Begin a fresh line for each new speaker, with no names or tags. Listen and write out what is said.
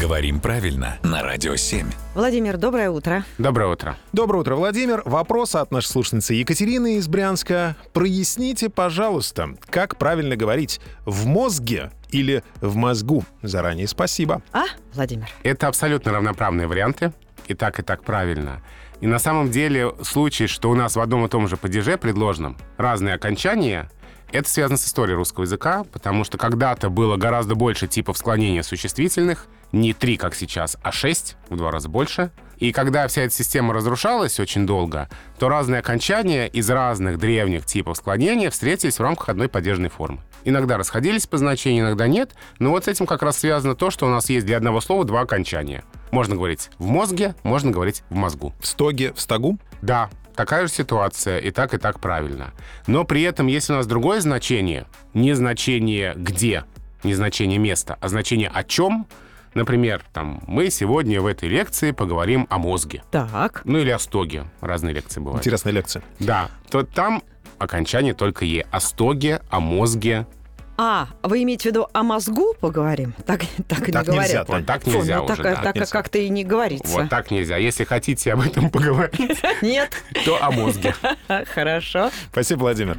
Говорим правильно на Радио 7.
Владимир, доброе утро.
Доброе утро.
Доброе утро, Владимир. Вопрос от нашей слушницы Екатерины из Брянска. Проясните, пожалуйста, как правильно говорить «в мозге» или «в мозгу». Заранее спасибо.
А, Владимир?
Это абсолютно равноправные варианты. И так, и так правильно. И на самом деле случай, что у нас в одном и том же падеже предложенном разные окончания, это связано с историей русского языка, потому что когда-то было гораздо больше типов склонения существительных, не три, как сейчас, а шесть, в два раза больше. И когда вся эта система разрушалась очень долго, то разные окончания из разных древних типов склонения встретились в рамках одной поддержной формы. Иногда расходились по значению, иногда нет, но вот с этим как раз связано то, что у нас есть для одного слова два окончания. Можно говорить в мозге, можно говорить в мозгу.
В стоге, в стогу?
Да, такая же ситуация, и так, и так правильно. Но при этом, если у нас другое значение, не значение где, не значение места, а значение о чем, например, там, мы сегодня в этой лекции поговорим о мозге.
Так.
Ну или о стоге. Разные лекции бывают.
Интересная лекция.
Да, то там окончание только «е». О стоге, о мозге.
А, вы имеете в виду о мозгу поговорим? Так, так и
Так
не
нельзя,
говорят.
Ой,
Вот так
Фу,
нельзя
ну,
уже,
так,
да.
так
нельзя.
как-то и не говорится.
Вот так нельзя. Если хотите об этом поговорить,
Нет?
то о мозге.
Хорошо.
Спасибо, Владимир.